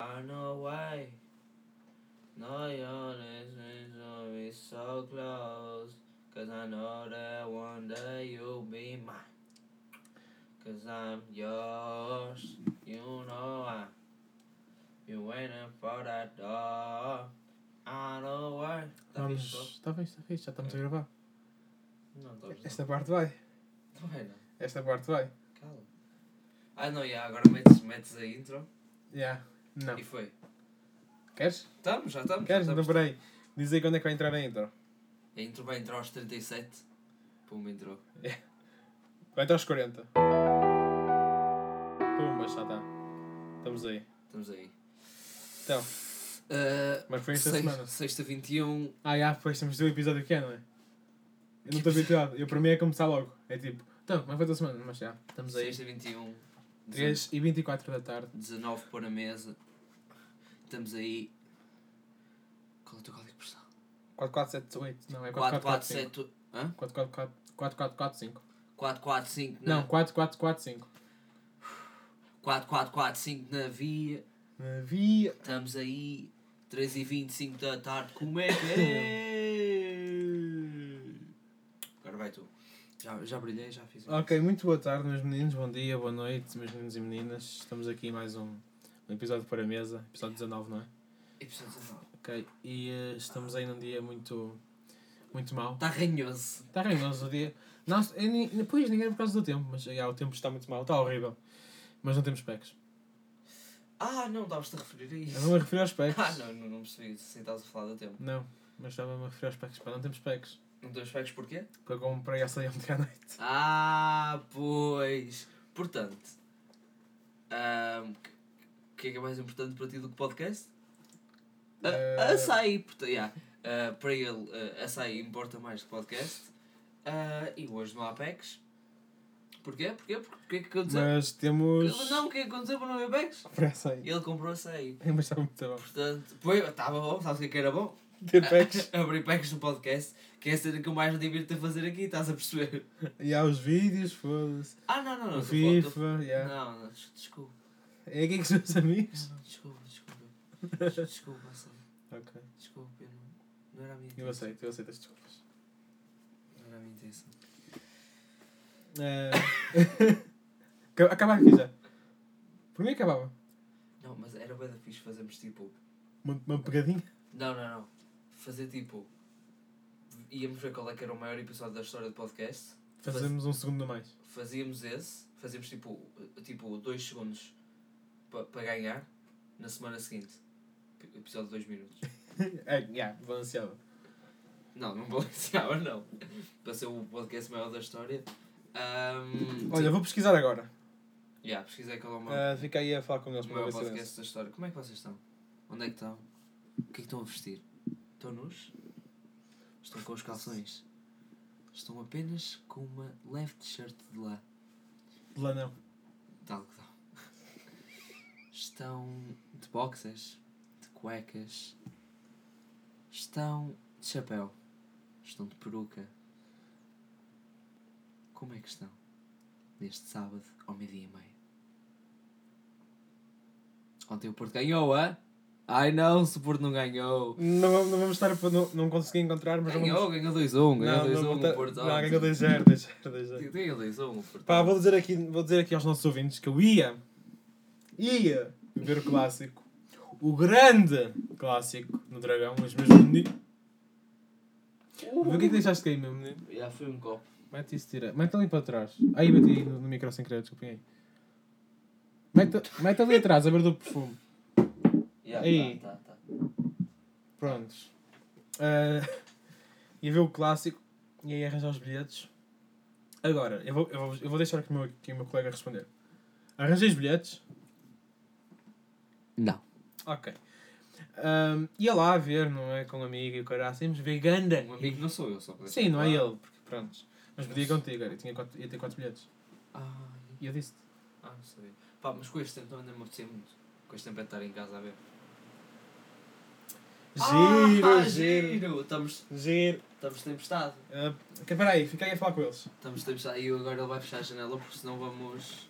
I know why. No, your listeners will be so close. Cause I know that one day you'll be mine. Cause I'm yours. You know I. Been waiting for that door. I know why. Tá Vamos. fixe, Está fixe, está fixe, já estamos a gravar. pô? Não, tá fixe, Esta parte vai. não. Não vai não. Esta parte vai. Cala. Ah, não, já. Agora metes, metes a intro. Já. Não. E foi. Queres? Estamos, já estamos. Queres? já Então estamos. peraí. Diz aí quando é que vai entrar a intro. A intro vai entrar aos 37. Pumba, entrou. Vai entrar aos 40. Pumba, já está. Estamos aí. Estamos aí. Então, Ah, mas foi esta Sex- semana. Sexta 21. Ah, já, pois temos de ver o episódio que é, não é? Eu não Que estou habituado. Eu para mim é começar logo. É tipo, então, como é que foi a tua semana? Mas já, estamos aí. Sexta 21. 3 e 24 da tarde. 19 pôr na mesa. Estamos aí. Qual é o teu código postal? 4478. Não, é 4445. 447. Hã? 4445. 4445 na. Não, 4445. 4445 na via. Havia. Estamos aí. 3 e 25 da tarde. Como é que é? Agora vai tu. Já, já brilhei, já fiz. um Ok, muito boa tarde, meus meninos, bom dia, boa noite, meus meninos e meninas. Estamos aqui em mais um, um episódio para a mesa, episódio 19, não é? Episódio 19. Ok, e eh, estamos aí num dia muito. muito mau. Está Tá ranhoso. Está ranhoso o dia. Não, eu nem- pois, ninguém é por causa do tempo, mas já, o tempo está muito mau, está horrível. Mas não temos packs. Ah, não, estavas-te a referir a Eu isso. não me refiro aos packs. Ah, não, não, não percebi. Se estavas a falar do tempo. Não, mas estava-me a referir aos packs, pá, não temos packs. Não tens packs porquê? Porque eu comprei essa aí ontem à noite. Ah, pois. Portanto, ahm, c- o que é que é mais importante para ti do que podcast? A, Eh, Açaí, portanto, yeah. Ah, para ele, ah, açaí importa mais que podcast. Ah, e hoje não há packs. Porquê? Porquê? Porque o que é que aconteceu? Mas temos. Não, o que é que aconteceu para não haver packs? Por essa aí. Ele comprou açaí. Mas estava muito bom. Portanto, pois, estava bom, sabes o que é que era bom? Ter packs. Abrir packs no podcast, que é a cena que eu mais me divirto a fazer aqui, estás a perceber? E há os vídeos, foda-se. Ah, não, não, não. O estou a falar- estou a FIFA, yeah. Não, não, des- desculpa. É aqui que são os amigos. Não, não, desculpa, desculpa. Des- Desculpa, aceito. Ok. Desculpa, eu não. Não era a minha Eu intenção. aceito, eu aceito as desculpas. Não era a minha intenção. É. Eh, Acaba- Acaba aqui já. Por mim acabava. Não, mas era bem da fixe fazermos tipo. Uma, uma pegadinha. Não, não, não. Fazer tipo. Íamos ver qual é que era o maior episódio da história do podcast. Fazemos um segundo a mais. Fazíamos esse, fazíamos tipo, eh, tipo dois segundos para ganhar na semana seguinte. P- Episódio de dois minutos. é, yeah, balanceado. Não, não balanceava, não. Para ser o podcast maior da história. Ahm, Olha, vou pesquisar agora. Yeah, pesquisei qual é o maior, Eh, fica aí a falar com eles o para maior ver se dança. podcast da história. Como é que vocês estão? Onde é que estão? O que é que estão a vestir? Estão nus? Estão com os calções? Estão apenas com uma leve t-shirt de lá. De lá não. De algodão. Estão de boxers? De cuecas? Estão de chapéu? Estão de peruca? Como é que estão? Neste sábado, ao meio-dia e meia. Ontem o Porto ganhou, hã? Ai não, se o Porto não ganhou. Não, vamos- não vamos estar a. Não, não consegui encontrar, mas vamos. Ganhou, ganhou 2-1, ganhou 2-1 o Porto. não, ontem. ganhou 2-0, 2-0, 2-0. Ganhou 2-1 o Porto. Pá, vou dizer, aqui, vou dizer aqui aos nossos ouvintes que eu ia, ia ver o clássico, o grande clássico no Dragão, mas mesmo menino. Mas O que é que deixaste cair, meu menino? Já foi um copo. Mete isso, tira. Mete ali para trás. Aí bati aí no, no micro sem querer, desculpem aí. Mete, mete ali atrás, a ver do perfume. Já, Ei. tá, tá, tá. Prontos. Ah, ia ver o clássico e aí arranjar os bilhetes. Agora, eu vou, eu vou, eu vou deixar que o, meu, que o meu colega responder. Arranjei os bilhetes. Não. Ok. Ahm, ia lá ver, não é? Com um amigo e o cara assim, mas ver ganda. Um amigo não sou eu, só para deixar Sim, não é claro. ele, porque pronto. Mas podia ir contigo, era, eu tinha quatro, ia ter quatro bilhetes. Ai, E eu disse ah, não sabia. Pá, mas com este tempo também não me apetecia muito. Com este tempo é estar em casa a ver. Giro, Ah, giro, Estamos, giro. estamos tempestade. Ah, ok, peraí, fiquei a falar com eles. Estamos tempestade. E agora ele vai fechar a janela porque senão vamos.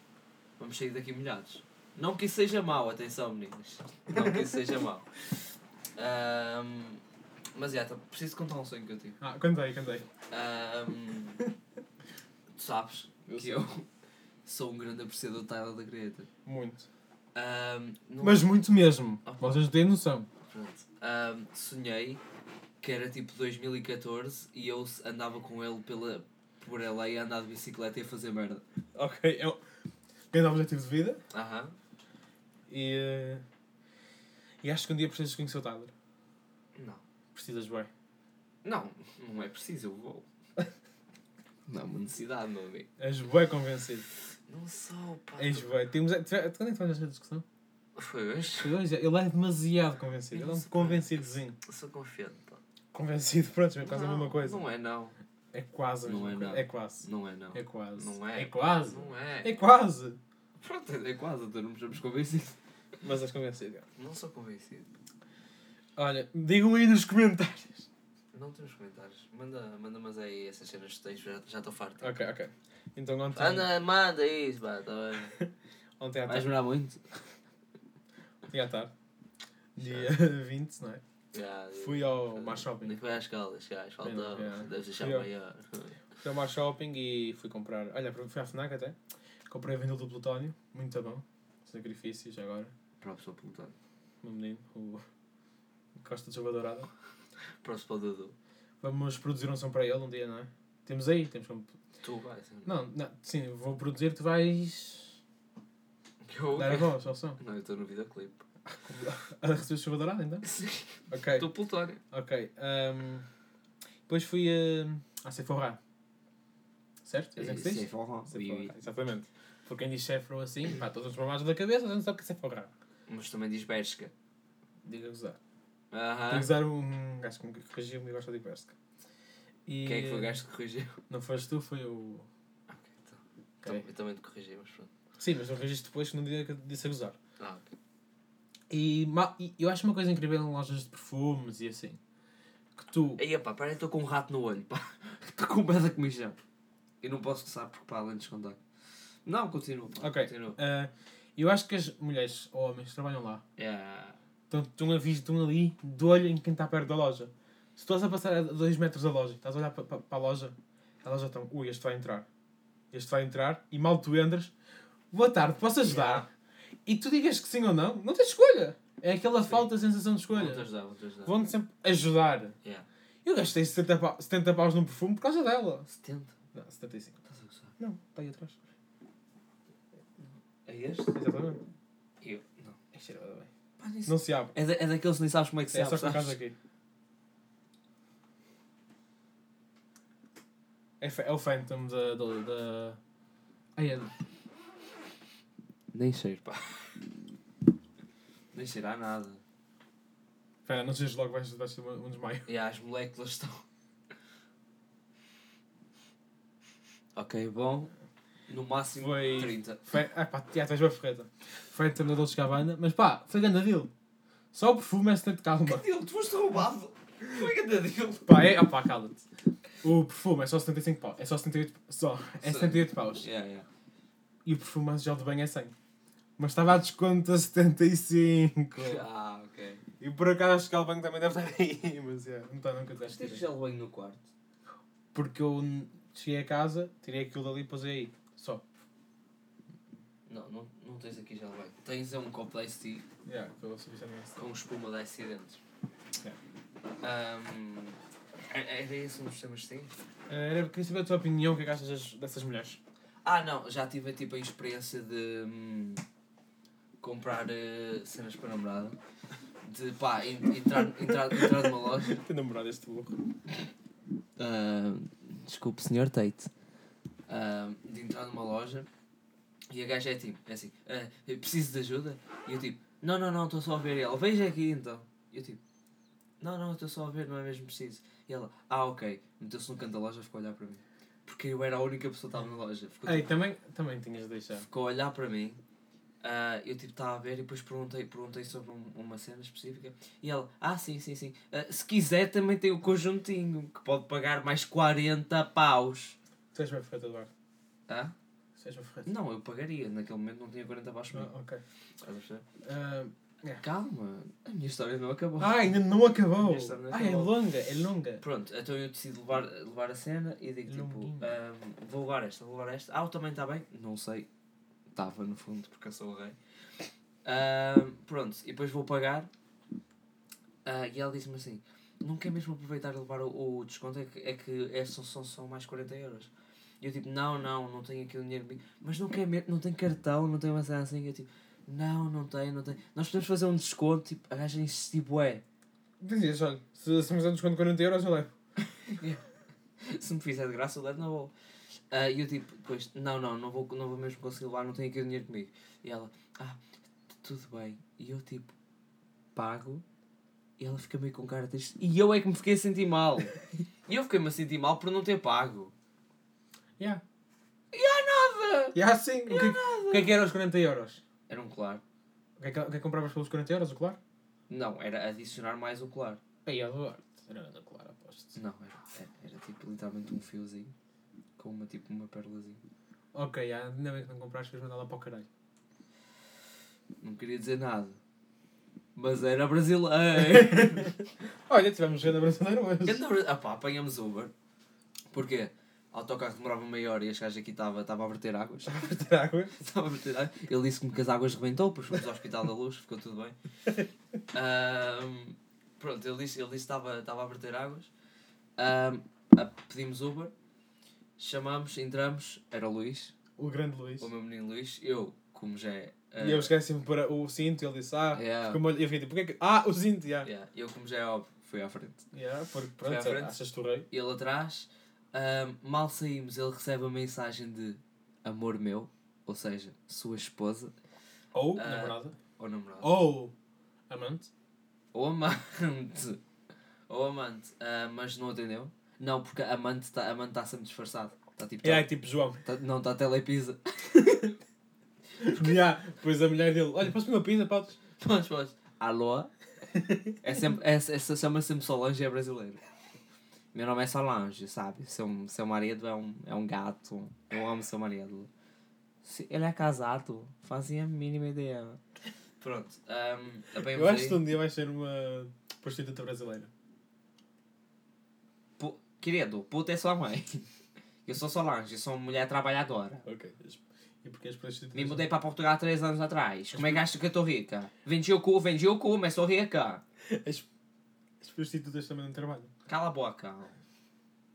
Vamos sair daqui molhados. Não que isso seja mau, atenção meninas. Não que isso seja mau. Ahm, mas já, tá- preciso contar um sonho que eu tive. Ah, cantei, cantei. Ahm, tu sabes que eu sou um grande apreciador de Tyler da Creator. Muito. Ahm, não- Mas muito mesmo. Ah. Vocês não têm noção. Pronto. Ahm, sonhei que era tipo 2014 e eu s- andava com ele pela, por LA a andar de bicicleta e a fazer merda. Ok, é o grande objetivo de vida. Aham. E, eh, e acho que um dia precisas conhecer o Tyler. Não. Precisas bem. Não, não é preciso, eu vou. Não, há uma necessidade, meu amigo. És bem convencido. Não sou, pá. És bem. Temos, tive- quando é que tivemos esta discussão? Foi hoje? Foi hoje? Ele é demasiado convencido. Ele é um Nossa, convencidozinho. Eu sou confiante, pá. Convencido, pronto, é quase a Não, mesma coisa. Não é não. É quase a Não mesma é coisa. nada. É quase. Não é não. É quase. Não é. É quase. Não é. É quase. Pronto, é quase, então não estamos convencidos. Mas és convencido. Não sou convencido. Olha, digam aí nos comentários. Não temos comentários. Manda, manda mas aí essas cenas que tens, já já estou farto. Ok, ok. Então ontem, Anda, manda isso, pá, tá bem. ontem à Vais tarde, demorar muito? ontem à tarde dia 20, não é? Já, Fui ao mais shopping. Nem foi é às escolas, já, às falta. Não, já. Deves deixar Fui ao- maior. Fui ao mais shopping e fui comprar. Olha, fui à FNAC até. Comprei vinil do Plutónio. Muito bom. Sacrifícios agora. Props para o Plutão. Meu menino, o Costa de Silva Dourada. Props para o Dudu. Vamos produzir um som para ele um dia, não é? Temos aí, temos como. Tu vais. Não, não, sim, vou produzir, tu vais Eu... dar a voz ao som. Não, eu estou no videoclipe. A receber chuva dourada então? Estou Ok. Plutónio. Ok. ahm, depois fui ahm, à Sephora. Certo? É assim que se diz? Sephora, Exatamente. Porque quem diz Sephora assim, pá, todos os formados da cabeça, mas não sabe o que é Sephora. Mas também diz Bershka. Diga usar. Diga Aham. usar um gajo com que corrigiu e gosta de pesca. E... Quem é que foi o gajo que corrigiu? Não foste tu, foi o. Ok, então. Ok. Eu também te corrigi, mas pronto. Sim, mas eu registro depois no dia que eu disse a gozar. Ah, ok. E, ma- e eu acho uma coisa incrível em lojas de perfumes e assim. Que tu. Aí, pá, peraí, estou com um rato no olho, pá. Estou com medo da comichão. E não posso coçar porque, pá, além de descontar. Não, continua, pá. Ok. Continua. ah, eu acho que as mulheres ou homens que trabalham lá Yeah. estão, estão, a, vi- estão ali de olho em quem está perto da loja. Se tu estás a passar a 2 metros da loja e estás a olhar para a loja, a loja está. Ui, este vai entrar. Este vai entrar e mal tu entras. Boa tarde, posso ajudar? E tu digas que sim ou não, não tens escolha. É aquela Sim. falta de sensação de Vou te escolha. ajudar, vou te ajudar. Vão-te sempre ajudar. Yeah. Eu gastei 70, pau, 70 paus num perfume por causa dela. 70. Não, 75. Estás a gozar? Não, está aí atrás. É este? Exatamente. Eu. Não. É cheiro bué da bem. Pá, nem sei. Não se abre. É, da, é daqueles que nem sabes como é que se é abre, só com a sabes? casa aqui. É, fa- é o Phantom da. da. da... Ai, é. Nem cheiro, pá. Nem cheira a nada. Espera, não sejas logo, vais, vais ter um um desmaio. E as moléculas estão. Ok, bom. No máximo Foi- 30. Fa- Ah, pá, já estás bem ferreta. Phantom da Dolce Gabbana, mas pá, foi grande deal. Só o perfume é 70 calma. Dilo, tu foste roubado! Como é que anda dilo? Pá, é. opá, cala-te. O perfume é só 75 paus. É só 78. Só. Sim. É 78 paus. Yeah, yeah. E o perfume de gel de banho é 100. Mas estava a desconto a 75. Ah, ok. E por acaso acho que o banho também deve estar aí. Mas é, não está nunca Mas tens teste. gel banho no quarto. Porque eu n- cheguei a casa, tirei aquilo dali e pusei aí. Só. Não, não, não tens aqui gel banho. Tens é um copo de ice tea Yeah, que eu subi também é esse. com espuma de ice tea dentro. É. Ahm, é- era esse um dos temas que tinha? Ah, Era queria saber a tua opinião, o que é que achas das- dessas mulheres? Ah, não, já tive tipo a experiência de hum, comprar eh, cenas para a namorada. De pá, en- entrar, entrar, entrar numa loja. Tenho namorado este burro. Ah, desculpe, senhor Tate. Ah, de entrar numa loja e a gaja é tipo, é assim, "Ah, eu preciso de ajuda? E eu tipo, não, não, não, estou só a ver. E ela, veja aqui então. E eu tipo, não, não, estou só a ver, não é mesmo preciso. E ela, ah, ok. Meteu-se no canto da loja e ficou a olhar para mim. Porque eu era a única pessoa que estava na loja. Ficou tipo, Ei, também, também tinhas de deixar. ficou a olhar para mim. ah, eu tipo estava a ver e depois perguntei, perguntei sobre um- uma cena específica e ela, ah sim, sim, sim, Ah, se quiser também tem o conjuntinho que pode pagar mais 40 paus. Tu és bem perfeita, Eduardo. Hã? Seja oferecido. Não, eu pagaria. Naquele momento não tinha 40 abaixo de mim. Ah, ok. Estás a perceber? Ah, Calma, a minha história não acabou. ah, ainda não acabou. Esta não Ah, é acabou. longa, é longa. Pronto, então eu decido levar, levar a cena e digo tipo, Longuinho. ahm, vou levar esta, vou levar esta. Ah, o também está bem? Não sei. Estava no fundo, porque eu sou o rei. Ahm, pronto, e depois vou pagar. Ah, e ela disse-me assim: não quer mesmo aproveitar e levar o, o desconto? É que, é que é, só, só, só mais 40 euros. E eu tipo: não, não, não tenho aqui o dinheiro comigo. Mas não quer mesmo, não tem cartão, não tem uma cena assim. E eu tipo: não, não tem, não tem. Nós podemos fazer um desconto, tipo, a gaja insistiu, bué. Dizias, olha, se, se me dão desconto de 40 euros, eu levo. se me fizer de graça, eu levo na boa. Ah, E eu tipo, depois, não, não, não vou, não vou mesmo conseguir levar, não tenho aqui o dinheiro comigo. E ela, ah, t- tudo bem. E eu tipo, pago. E ela fica meio com cara triste. E eu é que me fiquei a sentir mal. E eu fiquei-me a sentir mal por não ter pago. Yeah. Nada! E assim, o que, o que é que eram os 40 euros? Era um colar. O que é que, o que é que compravas pelos 40 euros, o colar? Não, era adicionar mais o colar. Aí, Eduardo. Era grande colar, aposto. Não, era, era, era tipo literalmente um fiozinho. Com uma tipo uma perlazinha. Ok, yeah, ainda bem que não compraste, vais mandá-la para o caralho. Não queria dizer nada. Mas era brasileiro. Olha, tivemos renda brasileira hoje. Andamos, ah pá, apanhamos Uber. Porquê? Autocarro demorava meia hora e as gajas aqui estava estava a verter águas. Estava a ter água. Estava a verter águas. Ele disse-me que as águas rebentou, depois fomos ao Hospital da Luz, ficou tudo bem. Ahm, pronto, ele disse ele disse que estava estava a verter águas. Ahm, a- pedimos Uber, chamámos, entramos, era o Luís, O grande Luís. o meu menino Luís, eu, como já é. ah, E eu esqueci-me para o cinto, ele disse, ah, Yeah. ficou molho. E eu fiquei tipo, porquê que. Ah, o cinto, yeah. yeah, eu, como já é óbvio, fui à frente. Yeah, porque Foi à pronto, frente. achas-te o rei. ele atrás. ahm, mal saímos, ele recebe a mensagem de amor meu, ou seja, sua esposa Ou Ah. namorada. ou namorado. Ou amante. Ou amante. Ou amante. Ah, mas não atendeu. Não, porque a amante está amante tá sempre disfarçado. Está tipo. É, é tipo João. tá- tá- não, está telepisa. yeah. Pois a mulher dele, olha, posso-me uma pizza, podes? Pois, pois. Alô? É sempre, é, é, chama sempre Solange e é brasileiro. Meu nome é Solange, sabe? Seu, seu marido é um, é um gato. Eu amo seu marido. Se ele é casado, fazia a mínima ideia. Pronto. Um, Eu acho que tu um dia vais ser uma prostituta brasileira. Pu- Querido, puta é sua mãe. Eu sou Solange, sou uma mulher trabalhadora. Ok. E porque és prostituta? Me mudei para Portugal há 3 anos atrás. Como é que acho que eu tô rica? Vendi o cu, vendi o cu, mas sou rica. As, as prostitutas também não trabalham. Cala a boca.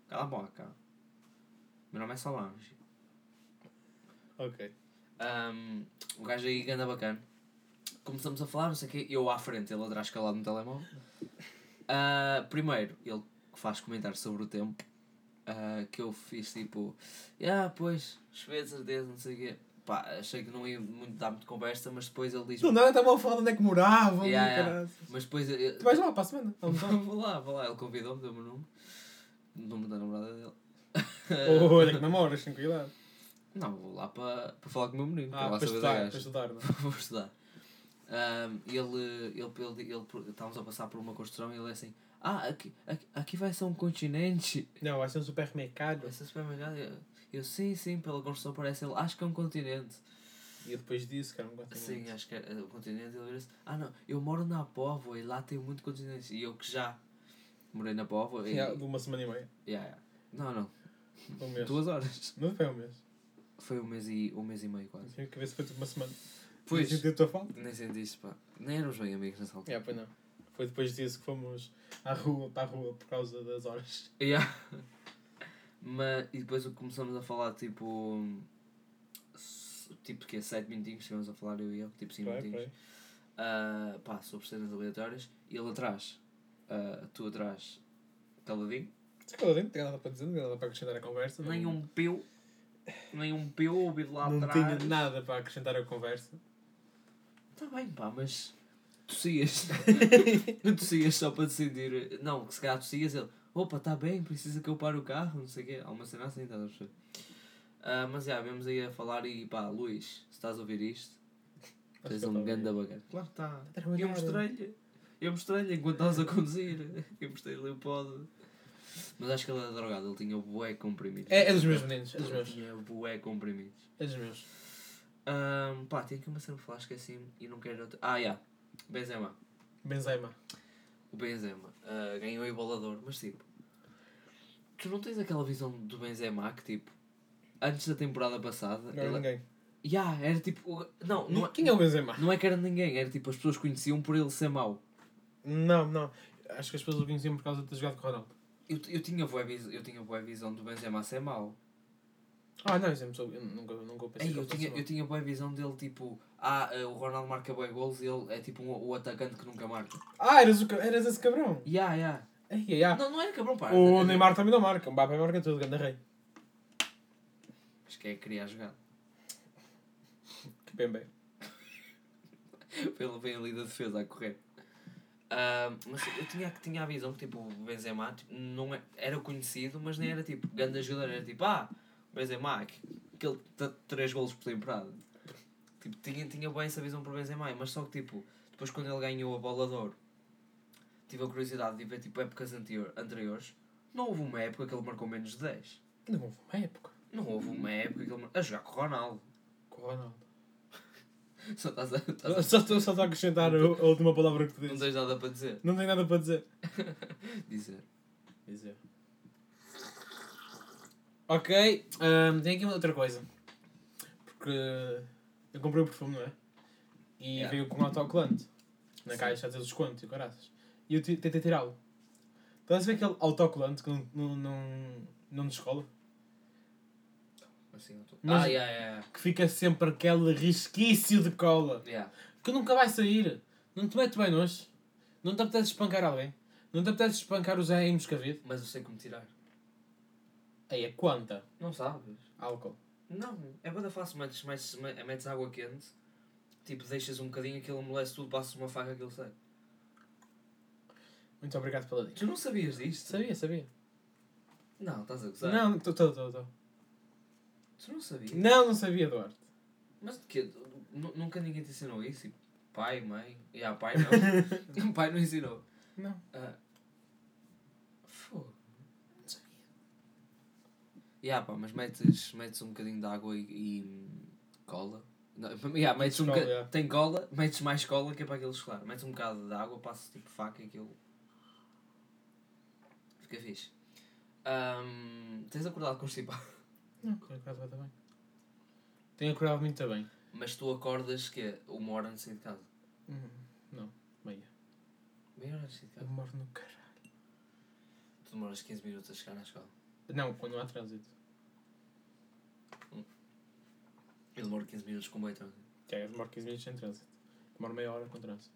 Cala a boca. Meu nome é Solange. Ok. Um, o gajo aí anda bacana. Começamos a falar, não sei o quê. Eu à frente, ele atrás calado no telemóvel. Ah, primeiro, ele faz comentário sobre o tempo. ah, que eu fiz tipo... Ah, pois, choveu de certeza, não sei o quê. Pá, achei que não ia muito dar muito conversa, mas depois ele diz... Do nada estavam a falar de onde é que Yeah, Ah. moravam. e yeah. caralho. Mas depois... ele- Tu vais lá para a semana. almoçar. vou lá, vou lá. Ele convidou-me, deu-me o número. O número da namorada dele. Oh, olha que namoras, tranquilidade. Não, vou lá para para falar com o meu menino. para Ah, lá para saber da estudar, gaja. para estudar, não é? vou estudar. Ahm, ele, ele, ele, ele- estávamos a passar por uma construção e ele é assim: Ah, aqui, aqui, aqui vai ser um continente. Não, vai ser um supermercado. Vai ser supermercado. Eu, eu, sim, sim, pela construção parece ele, acho que é um continente. E eu depois disso, cara, não gosto Sim, acho que é é um continente. Ele disse: Ah, não, eu moro na Póvoa e lá tem muito continente. E eu que já morei na Póvoa. E, Yeah, de uma semana e meia. Yeah, yeah. Não, não, Um mês. duas horas. Não foi um mês. Foi um mês e, um mês e meio quase. Tinha que ver se foi tipo uma semana. Pois, Não senti a tua falta? nem sentiste, pá. Nem éramos bem amigos nessa altura. É, pois não. Foi depois disso que fomos à rua, para a rua, por causa das horas. Yeah. Mas, e depois começamos a falar, tipo... s- Tipo, que é 7 minutinhos, estivemos a falar eu e eu, tipo 5 Foi, minutinhos. foi. Ah, pá, sobre cenas aleatórias. E ele atrás, ah, tu atrás, caladinho. Sei que eu não tenho nada para dizer, não tenho nada para acrescentar à conversa. Nem não- um pio, nem um pio ouvido lá Não atrás. tinha nada para acrescentar à conversa. Tá bem, pá, mas tossias. tossias só para decidir. Não, que se calhar tossias ele. Opa, tá bem, precisa que eu pare o carro, não sei o quê. Há uma cena assim, estás a perceber? Ah, mas já, vemos aí a falar e pá, Luís, se estás a ouvir isto, Acho tens que um eu ganda estava bacana. Claro que tá. está. a trabalhar. É. Eu mostrei-lhe. Eu mostrei-lhe enquanto estás a conduzir. Eu mostrei-lhe o pod. Mas acho que ele era drogado, ele tinha bué comprimidos. É, é dos meus meninos, é dos Ele meus. tinha bué comprimidos. É dos meus. Ahm, pá, tem aqui uma cena flash que assim e não quero outra. Ah, já. Benzema. Benzema. O Benzema ah, ganhou o bolador, mas tipo. Tu não tens aquela visão do Benzema que tipo. Antes da temporada passada. Não era ele... ninguém. Ya, era tipo. o- Não, não é, Quem é o Benzema? não é que era ninguém, era tipo as pessoas conheciam por ele ser mau. Não, não. Acho que as pessoas o conheciam por causa de ter jogado com o Ronaldo. Eu, eu, tinha boa visão, eu tinha boa visão do Benzema ser mau. Ah, não, isso é muito... eu nunca, nunca pensei Ei, que eu, ele fosse tinha, mal. eu tinha boa visão dele tipo. Ah, eh, o Ronaldo marca bem gols e ele é tipo um- o atacante que nunca marca. Ah, eras, o... ca- eras esse cabrão. Ya, ya. Ai, ai, ai. Não, não era cabrão, pá. é- O Neymar também não marca. O Mbappé marca tudo, grande rei. Acho que é criar jogada. Que bem, bem. Pelo bem ali da defesa a correr. Ah, mas eu tinha, tinha a visão que tipo, o Benzema tipo, não é- era conhecido, mas nem era tipo grande jogador. Era tipo, ah, o Benzema, que- aquele t- três golos por temporada. Tipo, tinha, tinha bem essa visão para o Benzema, mas só que tipo, depois quando ele ganhou a bola de Ouro, tive a curiosidade de ver tipo, épocas anterior, anteriores. Não houve uma época que ele marcou menos de 10. Não houve uma época. Não houve uma época que ele marcou. A jogar com o Ronaldo. Com o Ronaldo. Só estás a. Estás Só a... só estou só estou a acrescentar a a última palavra que te Não disse. tens nada para dizer. Não tenho nada para dizer. Dizer. Dizer. Ok, ahm, tem aqui uma outra coisa. Porque eu comprei o perfume, não é? E Yeah. veio com um autocolante na Sim. caixa, a dizer desconto e caraças. E eu ti- tentei tirá-lo. Estás a ver aquele autocolante que não, não, não, não descola? Assim, eu tô... Mas- Ah, yeah, yeah, Que fica sempre aquele risquício de cola yeah. yeah. que nunca vai sair. Não te mete bem nojo. Não te apetece espancar alguém. Não te apetece espancar o Zé em Moscavide. Mas eu sei como tirar. Aí é quanta Não sabes? álcool. Não, é bada fácil. Metes, metes, me- metes água quente, tipo, deixas um bocadinho, aquilo amolece tudo, passas uma faca, aquilo sai. Muito obrigado pela dica. Tu não sabias disto? Sabia, sabia. Não, estás a gozar. Não, estou, estou, estou. Tu não sabias? Não, não sabia, Duarte. Mas de quê? Nu- Nunca ninguém te ensinou isso? Tipo, Pai, mãe? E yeah, pai não. pai não ensinou. Não. Ah. Fogo. Yeah, pá, mas metes, metes um bocadinho de água e, e cola. Não, yeah, metes um Cola, boca- yeah. Tem cola, metes mais cola que é para aquilo escolar. Metes um bocado de água, passas tipo faca e aquilo. Fica fixe. Ahm, tens acordado constipado. Não, tenho acordado muito bem. Tenho acordado muito bem. Mas tu acordas que é uma hora antes de sair de casa. Hum, Não, meia. Meia hora antes de sair de Eu casa. moro no caralho. Tu demoras 15 minutos a chegar na escola. Não, quando há trânsito. Eu demoro 15 minutos com meio trânsito. Tiago, eu é demoro 15 minutos sem trânsito. Demoro meia hora com trânsito.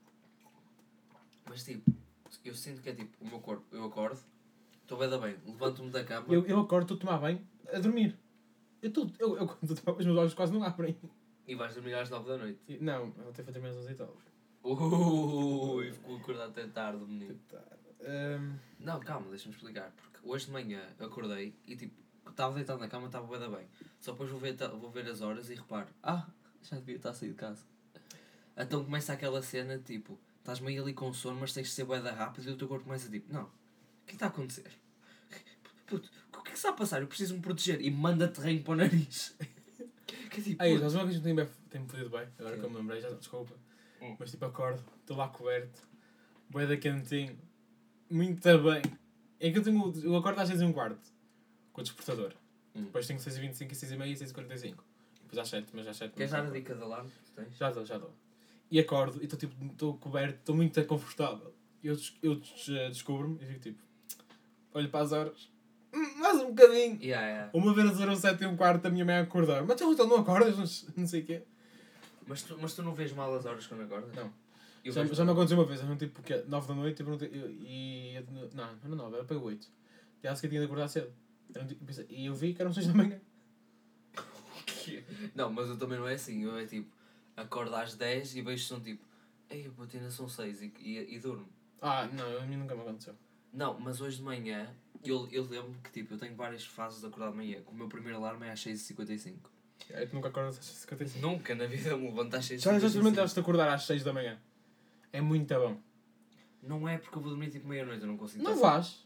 Mas tipo, eu sinto que é tipo, o meu corpo, eu acordo, estou bem da bem, levanto-me da cama. Eu, eu acordo, estou a tomar banho, a dormir. Eu, tô, eu, eu quando estou a tomar, os meus olhos quase não abrem. E vais dormir às 9 da noite. E- Não, até foi também às 11 e tal. Ui, ficou acordado até tarde, menino. Ahm, Não, calma, deixa-me explicar. Porque hoje de manhã eu acordei e tipo, estava deitado na cama, estava bem da bem. Só depois vou ver, ta- vou ver as horas e reparo, ah, já devia estar a sair de casa. Então começa aquela cena tipo, estás meio ali com sono, mas tens de ser bué da rápido e o teu corpo começa tipo, não, o que está a acontecer? Puto, o que é que está a passar? Eu preciso me proteger e manda terreno para o nariz. Que é tipo, Aí, puto, mas uma coisa que me tem me fodido bem, agora que eu me lembrei, já desculpa. Hum. Mas tipo, acordo, estou lá coberto, bué da cantinho, muito bem. É que eu tenho. Eu acordo às 6 e um quarto, com o despertador. Hum. Depois tenho 6h25, 6h30 e 6h45. Depois às 7, mas às 7. queres dar a dica de alarme que tens? Já dou, já dou. E acordo e estou tipo, estou coberto, estou muito confortável. Eu, des- eu des- eh, descubro-me e fico tipo, olho para as horas, "Hum, mais um bocadinho. Yeah, yeah. Uma vez às horas 7 e um quarto, a minha mãe a acordar, mas tu não acordas, não- não sei o quê. Mas, tu, mas tu não vês mal as horas quando acordas? Não. Eu Já, vejo já me mal. aconteceu uma vez, eram tipo que 9 da noite eu perguntei- eu- e. eu- Não, não era 9, era para 8. E acho que eu tinha de acordar cedo. Eram tipo- E eu vi que eram 6 da manhã. Que- Não, mas eu também não é assim. Eu é tipo, acordo às 10 e vejo são tipo, ei, puto, ainda são 6 e, e, e durmo. Ah, não, a mim nunca me aconteceu. Não, mas hoje de manhã, eu, eu lembro que tipo, eu tenho várias fases de acordar de manhã. que O meu primeiro alarme é às 6h55. Eu É nunca acordas às 55. Nunca na vida me levanto às 6h55. Já, já experimentaste acordar às 6 da manhã. É muito bom. Não é porque eu vou dormir tipo meia-noite, eu não consigo. Não estar- vais?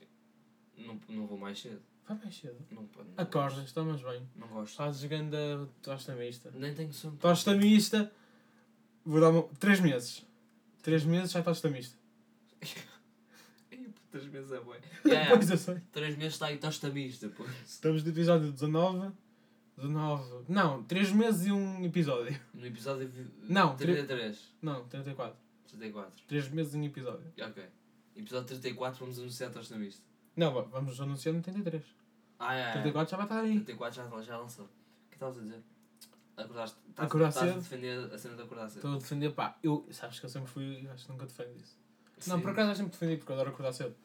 Não, não vou mais cedo. Vai mais cedo. Não, pá, não Acordas, tomas bem. gosto. Não gosto. Estás jogando a tosta mista. Nem tenho sono. Tosta mista. Vou dar uma... Três meses. Três meses já estás tosta mista. Ih, pô, Três meses é bom. Então- Pois eu sei. Três meses está aí tosta mista, depois. Estamos no episódio 19. 19. Não, 3 meses e um episódio. No episódio... vi- Não, tre- 33. Não, 34. 34. 3 meses e um episódio. Ok. Episódio 34 vamos anunciar a tosta mista. Não, va- vamos anunciar no 33. Ah, é. é. 34 já vai estar aí. 34 já, já lançou. O que estavas a dizer? Acordaste. Estás, Acordar estás a cedo? defender a cena de acordar cedo. Estou a defender, pá. Eu, sabes que eu sempre fui, acho que nunca defendo isso. Não, Sim. por acaso eu sempre defendi porque eu adoro acordar cedo.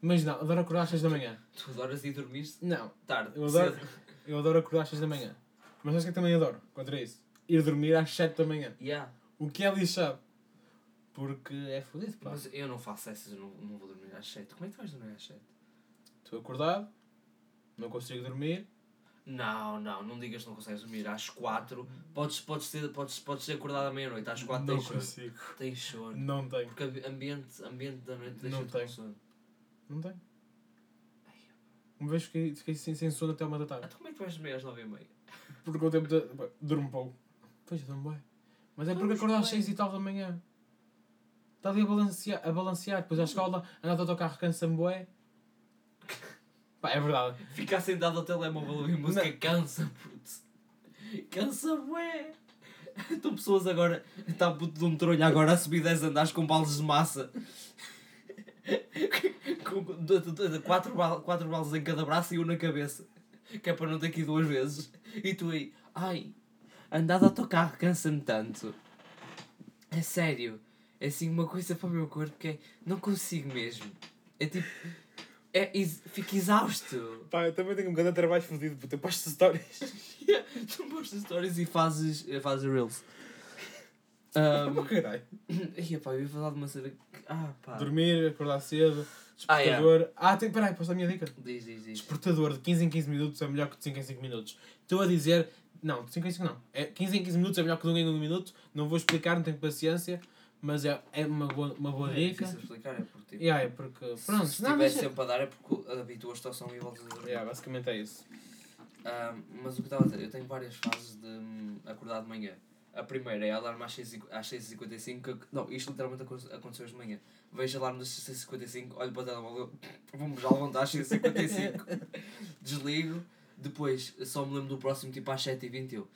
Mas não, adoro acordar às 6 da manhã. Tu adoras e dormiste Não, tarde. Eu adoro. cedo. eu adoro acordar às 6 da manhã. Mas acho que eu também adoro, contra isso. Ir dormir às 7 da manhã. Yeah. O que é lixado. Porque é fodido, pá. Mas eu não faço essas, eu não, não vou dormir às 7. Como é que tu vais dormir às 7? Estou acordado, não consigo dormir. Não, não, não digas que não consegues dormir. Às 4. Podes, podes, ter, podes, podes ser acordado à meia-noite. Às 4 não tens sono. consigo. Tens sono. Não tenho. Porque ambi- ambiente, ambiente da noite Não deixa-te com tenho. sono. Não tenho. Uma vez fiquei, fiquei sem, sem sono até uma da tarde. Então como é que tu vais dormir às 9h30? Porque o tempo de... bem, durmo pouco. Pois, eu durmo bem. Mas é porque Durmas acordo às bem. 6 e tal da manhã. Está ali a balancear, a balancear. Depois à Uhum. escola, andar de autocarro cansa-me bué. Pá, é verdade. Ficar sentado ao telemóvel a ouvir música cansa, puto. Cansa, bué. Estão pessoas agora. Está puto de um trolho agora a subir 10 andares com balas de massa. com 4 bal, quatro balas em cada braço e um na cabeça. Que é para não ter que ir duas vezes. E tu aí, ai, andar de autocarro cansa-me tanto. É sério. É assim uma coisa para o meu corpo que é. Não consigo mesmo. É tipo. É, is- fico exausto. Pá, eu também tenho um bocado de trabalho fodido. Porque eu posto stories. Yeah, tu postas stories e fazes, eh, fazes reels. Um... Um, Caralho. ia pá, eu ia falar de uma cena que. Ah pá. Dormir, acordar cedo, Ah, yeah. despertador. Ah, tem, peraí, posso dar a minha dica? Diz, diz, diz. Despertador de 15 em 15 minutos é melhor que de 5 em 5 minutos. Estou a dizer. Não, de 5 em 5 não. É, 15 em 15 minutos é melhor que de 1 em 1 minuto. Não vou explicar, não tenho paciência. Mas é, é uma boa, uma boa É dica. difícil explicar, é porque. tipo, Yeah, é porque. Pronto, se não, estiveres mas- sempre a dar é porque habituas-te ao som e voltas a dormir. Yeah, basicamente é isso. Um, mas o que estava a dizer, eu tenho várias fases de hum, acordar de manhã. A primeira é alarme às 6 e- às 6h55. que- Não, isto literalmente aconte- aconteceu hoje de manhã. Vejo alarme das 6h55, olho para o telemóvel, vou-me já levantar às 6h55. Desligo. Depois só me lembro do próximo tipo às 7h20. Eu,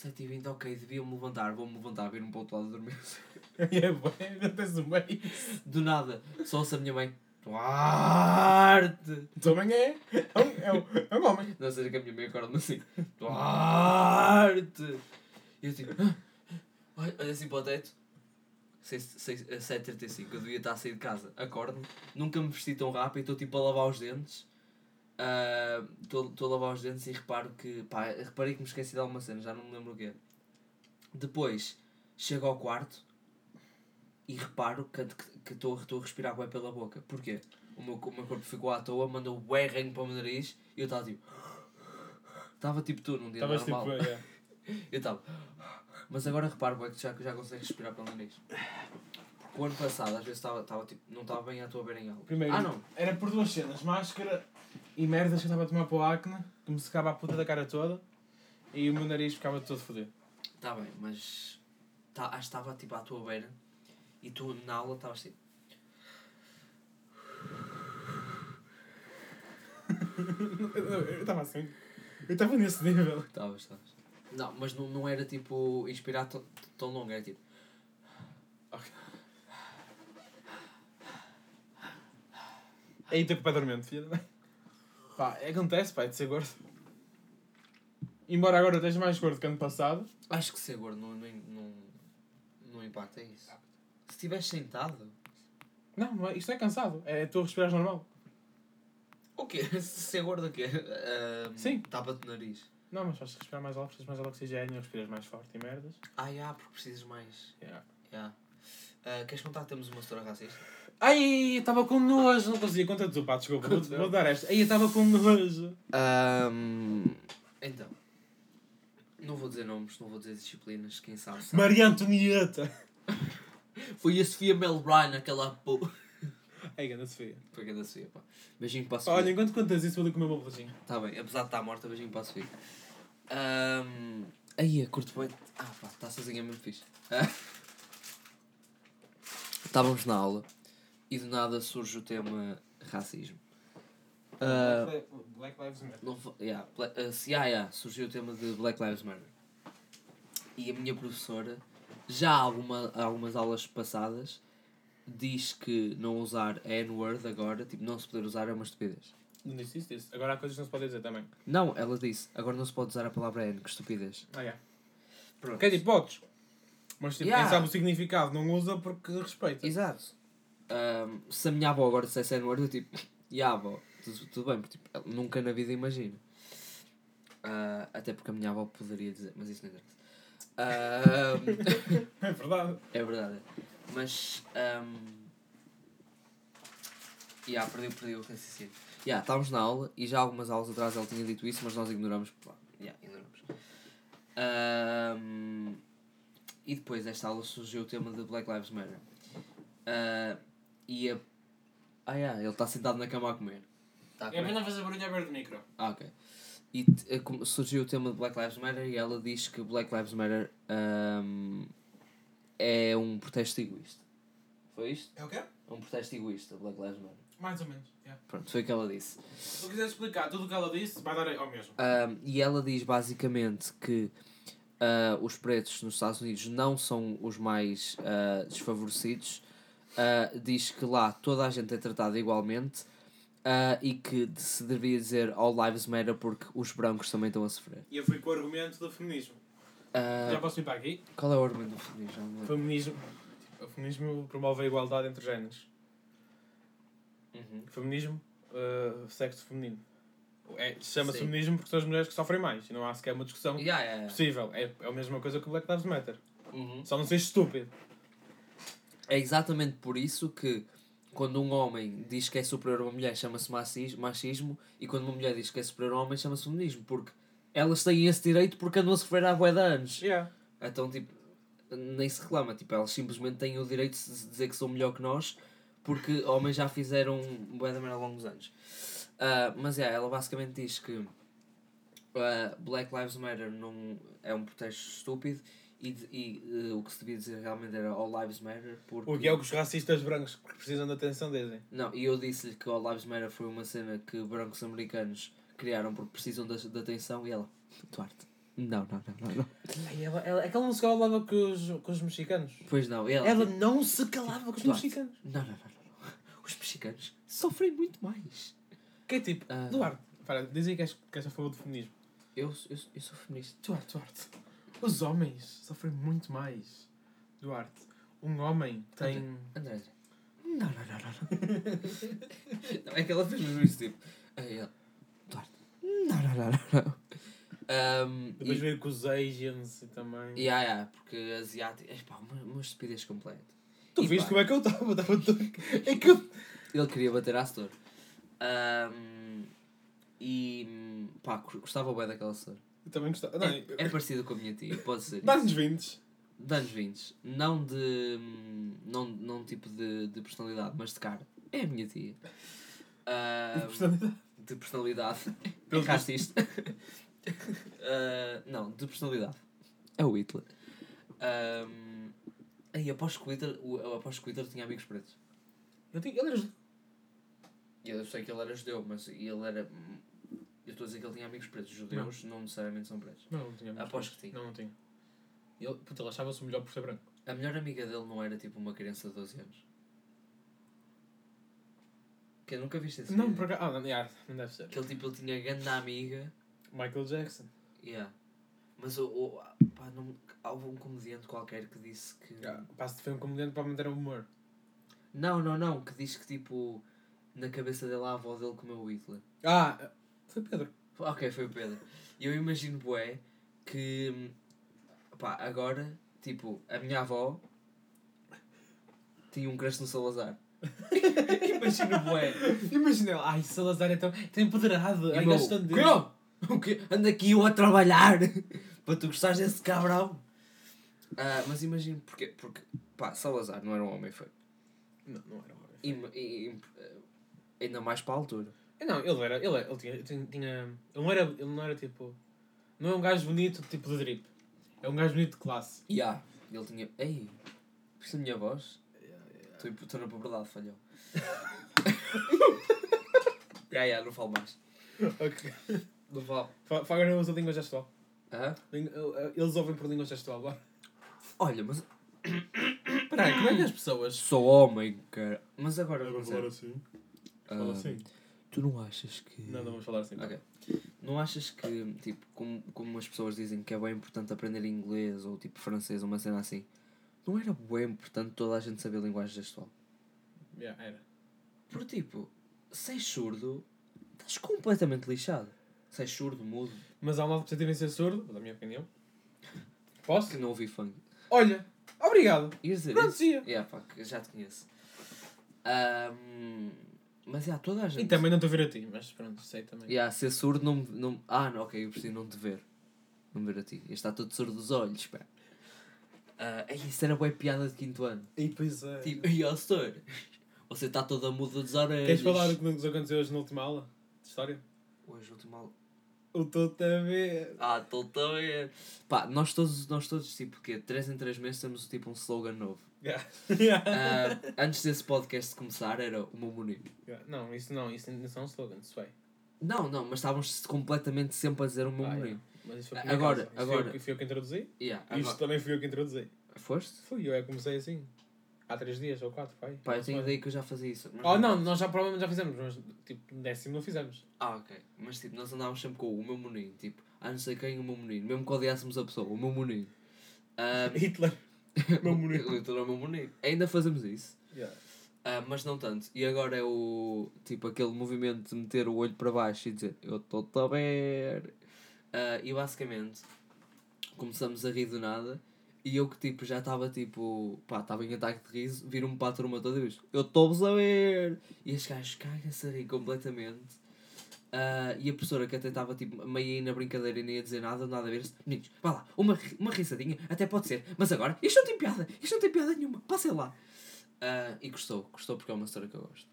7h20, ok, devia-me levantar, vou-me levantar, vir-me para o outro lado dormir. é bem, acontece bem. Do nada, só ouço a minha mãe. Duarte! Também é. É um, é um, é um homem. Não seja que a minha mãe acorda-me assim. Duarte! E eu tipo. "Ah." Olho olho assim para o teto. Seis- seis- eh, 7h35, eu devia estar a sair de casa. Acordo-me, nunca me vesti tão rápido, estou tipo a lavar os dentes. Ah, Estou estou a lavar os dentes e reparo que. Pá, reparei que me esqueci de alguma cena, já não me lembro o quê. Depois, chego ao quarto e reparo que que- que estou estou a respirar bué pela boca. Porquê? O meu, co- o meu corpo ficou à toa, mandou bué ranho para o meu nariz e eu estava tipo. Estava tipo tu num dia Estavas tipo. normal. Yeah. Eu estava. Mas agora reparo bem que já, que já consegues respirar pelo nariz. Porque o ano passado, às vezes, estava estava, tipo, não estava bem à tua beira em algo. Primeiro. Ah, não. Era por duas cenas: máscara e merdas que eu estava a tomar para o acne, que me secava a puta da cara toda. E o meu nariz ficava todo fodido. Está bem, mas. Tá, acho que estava tipo à tua beira e tu na aula estavas tipo. Eu estava assim. Eu estava nesse nível. Estavas, estavas. Não, mas não, não era tipo inspirar tão, tão longo, era tipo. Aí teu papai dormente, filha da mãe. Pá, acontece, pá, é de ser gordo. Embora agora eu esteja mais gordo que ano passado. Acho que ser gordo não, não, não, não impacta isso. Se estiveres sentado. Não, não é- isto não é cansado. É tu respirares normal. O quê? Ser gordo o quê? Ahm, Sim. Tapa-te o nariz. Não, mas vais respirar mais alto, precisas mais de oxigênio, respiras mais forte e merdas. Ah, já, porque precisas mais. Yeah. Ah, queres contar que temos uma história racista? Ai, eu estava com nojo. Não conseguia conta tu, pá, desculpa. Vou, vou dar esta. Ai, eu estava com nojo. então. Não vou dizer nomes, não vou dizer disciplinas, quem sabe. sabe. Maria Antonieta. Foi a Sofia Mel Bryan, aquela porra. É grande Sofia. Foi grande a Sofia, pá. Beijinho para a Sofia. Olha, enquanto contas isso, vou ali comer uma bolachinha. Tá bem, apesar de estar morta, beijinho para a Sofia. Ahm, Aí, a curto bem. Ah, pá, está sozinha é mesmo fixe. Ah. Estávamos na aula e do nada surge o tema racismo. Ah, Black Lives Matter. não fa- yeah, bla- ah, se- ah, yeah, surgiu o tema de Black Lives Matter. E a minha professora, já há alguma, há algumas aulas passadas, diz que não usar a N-word agora, tipo, não se poder usar é uma estupidez. Não disse isso, disse. Agora há coisas que não se podem dizer também. Não, ela disse, agora não se pode usar a palavra N, que estupidez. Ah, yeah. Pronto. Quer dizer, podes. é tipo Mas tipo, Yeah. quem sabe o significado não usa porque respeita. Exato. Ahm, se a minha avó agora dissesse N-word, eu tipo, ya avó, tudo, tudo bem, porque tipo, ela nunca na vida imagino. Ah, até porque a minha avó poderia dizer, mas isso não interessa. Ahm, É verdade. é verdade. Mas. Um, yeah, perdeu, perdeu o raciocínio. Yeah, estávamos na aula e já algumas aulas atrás ele tinha dito isso, mas nós ignoramos. Pá, yeah, ignoramos. Ahm, e depois desta aula surgiu o tema de Black Lives Matter. Ah, e a. Ah, yeah, ele está sentado na cama a comer. É Tá a comer. fazer barulho agora do micro. Ah, ok. E t- eh, como surgiu o tema de Black Lives Matter e ela diz que Black Lives Matter ahm, é um protesto egoísta. Foi isto? É o quê? É um protesto egoísta, Black Lives Matter. Mais ou menos. Yeah. Pronto, foi o que ela disse. Se tu quiseres explicar tudo o que ela disse, vai dar ao mesmo. Ahm, e ela diz basicamente que ah, os pretos nos Estados Unidos não são os mais ah, desfavorecidos. Ah, diz que lá toda a gente é tratada igualmente ah, e que se devia dizer All Lives Matter porque os brancos também estão a sofrer. E eu fui com o argumento do feminismo. Ah, Já posso ir para aqui? Qual é o argumento do feminismo? Já me lembro. Feminismo. Tipo, O feminismo promove a igualdade entre géneros. Uhum. Feminismo, uh, sexo feminino. É, Chama-se Sim. feminismo porque são as mulheres que sofrem mais. E não há sequer uma discussão Yeah, yeah, yeah. possível. É, é a mesma coisa que o Black Lives Matter. Uhum. Só não seja estúpido. É exatamente por isso que quando um homem diz que é superior a uma mulher chama-se machismo, machismo e quando uma mulher diz que é superior a um homem chama-se feminismo, porque elas têm esse direito porque andam a sofrer há bué de anos. Yeah. Então, tipo, nem se reclama. Tipo, elas simplesmente têm o direito de se dizer que são melhor que nós porque homens já fizeram bué da merda ao longo dos anos. Ah, mas é, ela basicamente diz que ah, Black Lives Matter não é um protesto estúpido e, de- e, eh, o que se devia dizer realmente era All Lives Matter porque... O que é o que os racistas brancos que precisam de atenção dizem. Não, e eu disse-lhe que All Lives Matter foi uma cena que brancos americanos criaram porque precisam da, da atenção e ela, Duarte, não, não, não, não, não. Ai, ela, ela, é que ela não se calava com os, com os mexicanos. Pois não, e ela, Ela tipo, não se calava com os Duarte. mexicanos. não, não, não, não, não. Os mexicanos sofrem muito mais. Que é tipo, Ah. Duarte, para, dizem que és, que és a favor do feminismo. Eu, eu, eu sou feminista. Duarte, Duarte, os homens sofrem muito mais. Duarte, um homem tem. André, André. Não, não, não, não, não. não. É que ela fez mesmo isso, tipo. Aí ela, Duarte. Não, não, não, não, não. Ahm, Depois e- veio com os Asians e também. Yeah, yeah, porque asiático. É pá, uma, uma estupidez completa. Tu E viste pá. como é que eu estava? Estava todo. É que eu. Ele queria bater à Astor. Ahm, e pá, cur- gostava bem daquela Astor. eu também gostava. Não, eu- É, é parecido com a minha tia, pode ser. Dá-nos 20. Danos vintes. Não de. hum, Não, não tipo de, de personalidade, mas de cara. É a minha tia. Ahm, de personalidade. Pelo visto. Erraste isto. Ah, não, de personalidade. É o Hitler. Ahm, aí, aposto que o Hitler, o, eu aposto que o Hitler tinha amigos pretos. Eu digo, ele era Eu sei que ele era judeu, mas ele era. Eu estou a dizer que ele tinha amigos pretos. Judeus não, necessariamente são pretos. Não, não tinha. amigos. Aposto que tinha. Não, não tinha. Ele, puto, ele achava-se o melhor por ser branco. A melhor amiga dele não era tipo uma criança de 12 anos. Que eu nunca viste esse Não, vídeo. por acaso. Ah, não, yeah, não deve ser. Que ele, tipo, ele tinha grande amiga. Michael Jackson. Yeah. Mas o. o pá, não, houve um comediante qualquer que disse que. Passo de foi um comediante para manter o humor. Não, não, não. Que diz que tipo. Na cabeça dele a avó dele comeu o Hitler. Ah, foi Pedro. Ok, foi o Pedro. E eu imagino, bué, que. hum, Pá, agora, tipo, a minha avó. tinha um crush no Salazar. imagino, bué. Imagina ele. Ai, Salazar é tão, tão empoderado. E Ai, o meu, gastando dele. "Cuidado! O quê? Anda aqui eu a trabalhar para tu gostares desse cabrão. Ah, mas imagino porque, porque pá, Salazar não era um homem feio. Não, não era um homem. E- e- e- ainda mais para a altura. Não, ele era. Ele, era- ele tinha, tinha- tinha- Ele não era. Ele não era tipo. Não é um gajo bonito tipo de drip. É um gajo bonito de classe. E há, ele tinha. Ei, precisa da minha voz? Estou yeah. na puberdade, falhou. Ya, ya, não falo mais. Ok. Não falo. Fagner usa língua gestual. Hã? Ling- eh, Eles ouvem por língua gestual agora. Olha, mas Espera aí, como é que as pessoas. sou homem, cara. Mas agora, não sei. assim. Ah, tu não achas que. assim. Não, não vamos falar assim. Ok. Não achas que, tipo, como, como as pessoas dizem que é bem importante aprender inglês ou tipo francês, uma cena assim, não era bem importante toda a gente saber linguagem gestual? Yeah, era. Porque, tipo, se és surdo, estás completamente lixado. Se és surdo, mudo, Mas há uma alternativa em ser surdo, da minha opinião. que Posso? não ouvi funk. Olha, obrigado. Ias dizer Pronto, isso? sim. Yeah, pá, que já te conheço. Ahm, mas, yeah, toda a gente... E também não estou a ver a ti, Então, mas pronto, sei também. Yeah, ser surdo não, me- não... Ah, não, ok, eu preciso não te ver. Não me ver a ti. Eu está todo surdo dos olhos, pá. Ah, ei, isso era boa piada de quinto ano. E depois é. Tipo, e ao senhor? Você está toda muda dos orelhas. Queres falar do que nos aconteceu hoje na última aula de história? Hoje, último mal... O todo a ver. Ah, estou também... Pá, nós todos, nós todos, tipo, quê? 3 em 3 meses temos, tipo, um slogan novo. Yeah. Yeah. Ah, antes desse podcast começar, era o meu bonito. Yeah. Não, isso não, isso não são slogans, isso é. Não, não, mas estávamos completamente sempre a dizer o meu Ah, bonito. Mas isso foi a primeira Agora, causa. Isso agora. Fui eu, fui eu que introduzi. Yeah, E Isto agora- também fui eu que introduzi. Foste? Fui eu, é que comecei assim. Há três dias ou quatro, vai. Pá, eu tenho Não sei. ideia que eu já fazia isso. mas Oh não, nós já provavelmente já fizemos, mas tipo, no décimo não fizemos. Ah, ok. Mas tipo, nós andávamos sempre com o meu menino, tipo, ah não sei quem, o meu menino, mesmo que odiássemos a pessoa, o meu menino. Ah, Hitler. meu menino. Literal, o meu menino. Ainda fazemos isso, Yeah. ah, mas não tanto. E agora é o tipo aquele movimento de meter o olho para baixo e dizer eu estou-te a ver. Ah, e basicamente começamos a rir do nada. E eu que tipo já estava tipo, pá, estava em ataque de riso, viro-me para a turma toda vez, eu estou-vos a ver! E estes gajos cagam-se a rir completamente. Ah, e a professora que até estava tipo, meio aí na brincadeira e nem ia dizer nada, nada a ver, meninos, vá lá, uma, ri- uma risadinha, até pode ser, mas agora, isto não tem piada, isto não tem piada nenhuma, passem lá. Ah, e gostou, gostou porque é uma história que eu gosto.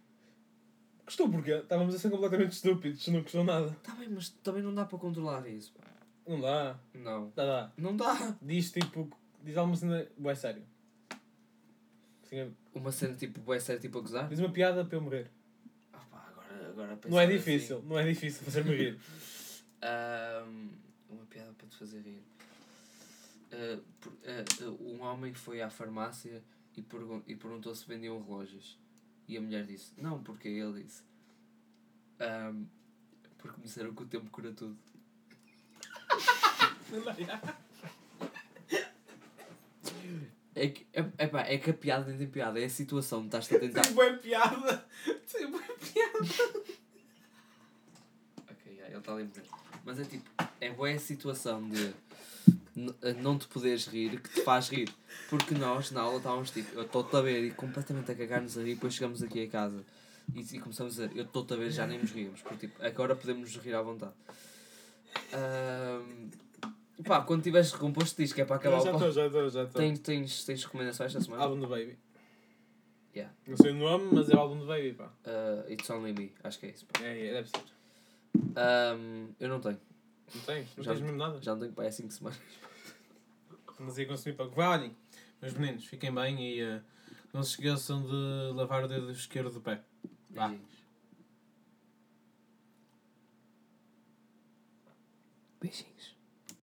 Gostou porque estávamos a ser completamente estúpidos, não gostou nada. Está Tá bem, mas também não dá para controlar isso. pá. Não dá, Não. dá, dá. Não dá. Diz tipo, diz alguma cena, ué, sério. Sim, Uma cena tipo, vai ser tipo a gozar. diz uma piada para eu morrer. Ah pá, agora, agora assim. não é pensando difícil, não é difícil fazer-me rir. Ahm, uma piada para te fazer rir. Ah, por- ah, ah, um homem foi à farmácia e, pergun e perguntou se vendiam relógios. E a mulher disse: Não, porque é ele disse. Ahm, porque me disseram que o tempo cura tudo. Não dá, já. É que, é, é pá, é que a piada nem tem piada, é a situação de estás-te a tentar. Tem boa piada. Tem boa piada. ok, já, ele está ali a morrer. Mas é tipo, é boa a situação de n- a não te poderes rir que te faz rir. Porque nós na aula estávamos tipo, eu estou-te a ver e completamente a cagar-nos a rir, depois chegamos aqui a casa e, e começamos a dizer, eu estou-te a ver, já nem nos ríamos, porque tipo, agora podemos nos rir à vontade. Ahm, pá, quando tiveres recomposto diz que é para acabar já Ah, o estou, pá. já estou, já estou. Tens, tens, tens recomendações esta semana? Álbum do Baby. Yeah. Não sei o nome, mas é o álbum do Baby, pá. Ah, it's only me, acho que é isso. pá. É, é, deve ser. Ahm, eu não tenho, Não tens? Não Já- tens mesmo nada? já não tenho é assim para aí 5 semanas. Mas ia consumir pouco. Vá, olhem. Meus meninos, fiquem bem e eh, não se esqueçam de lavar o dedo esquerdo do pé. Vá. Beijinhos.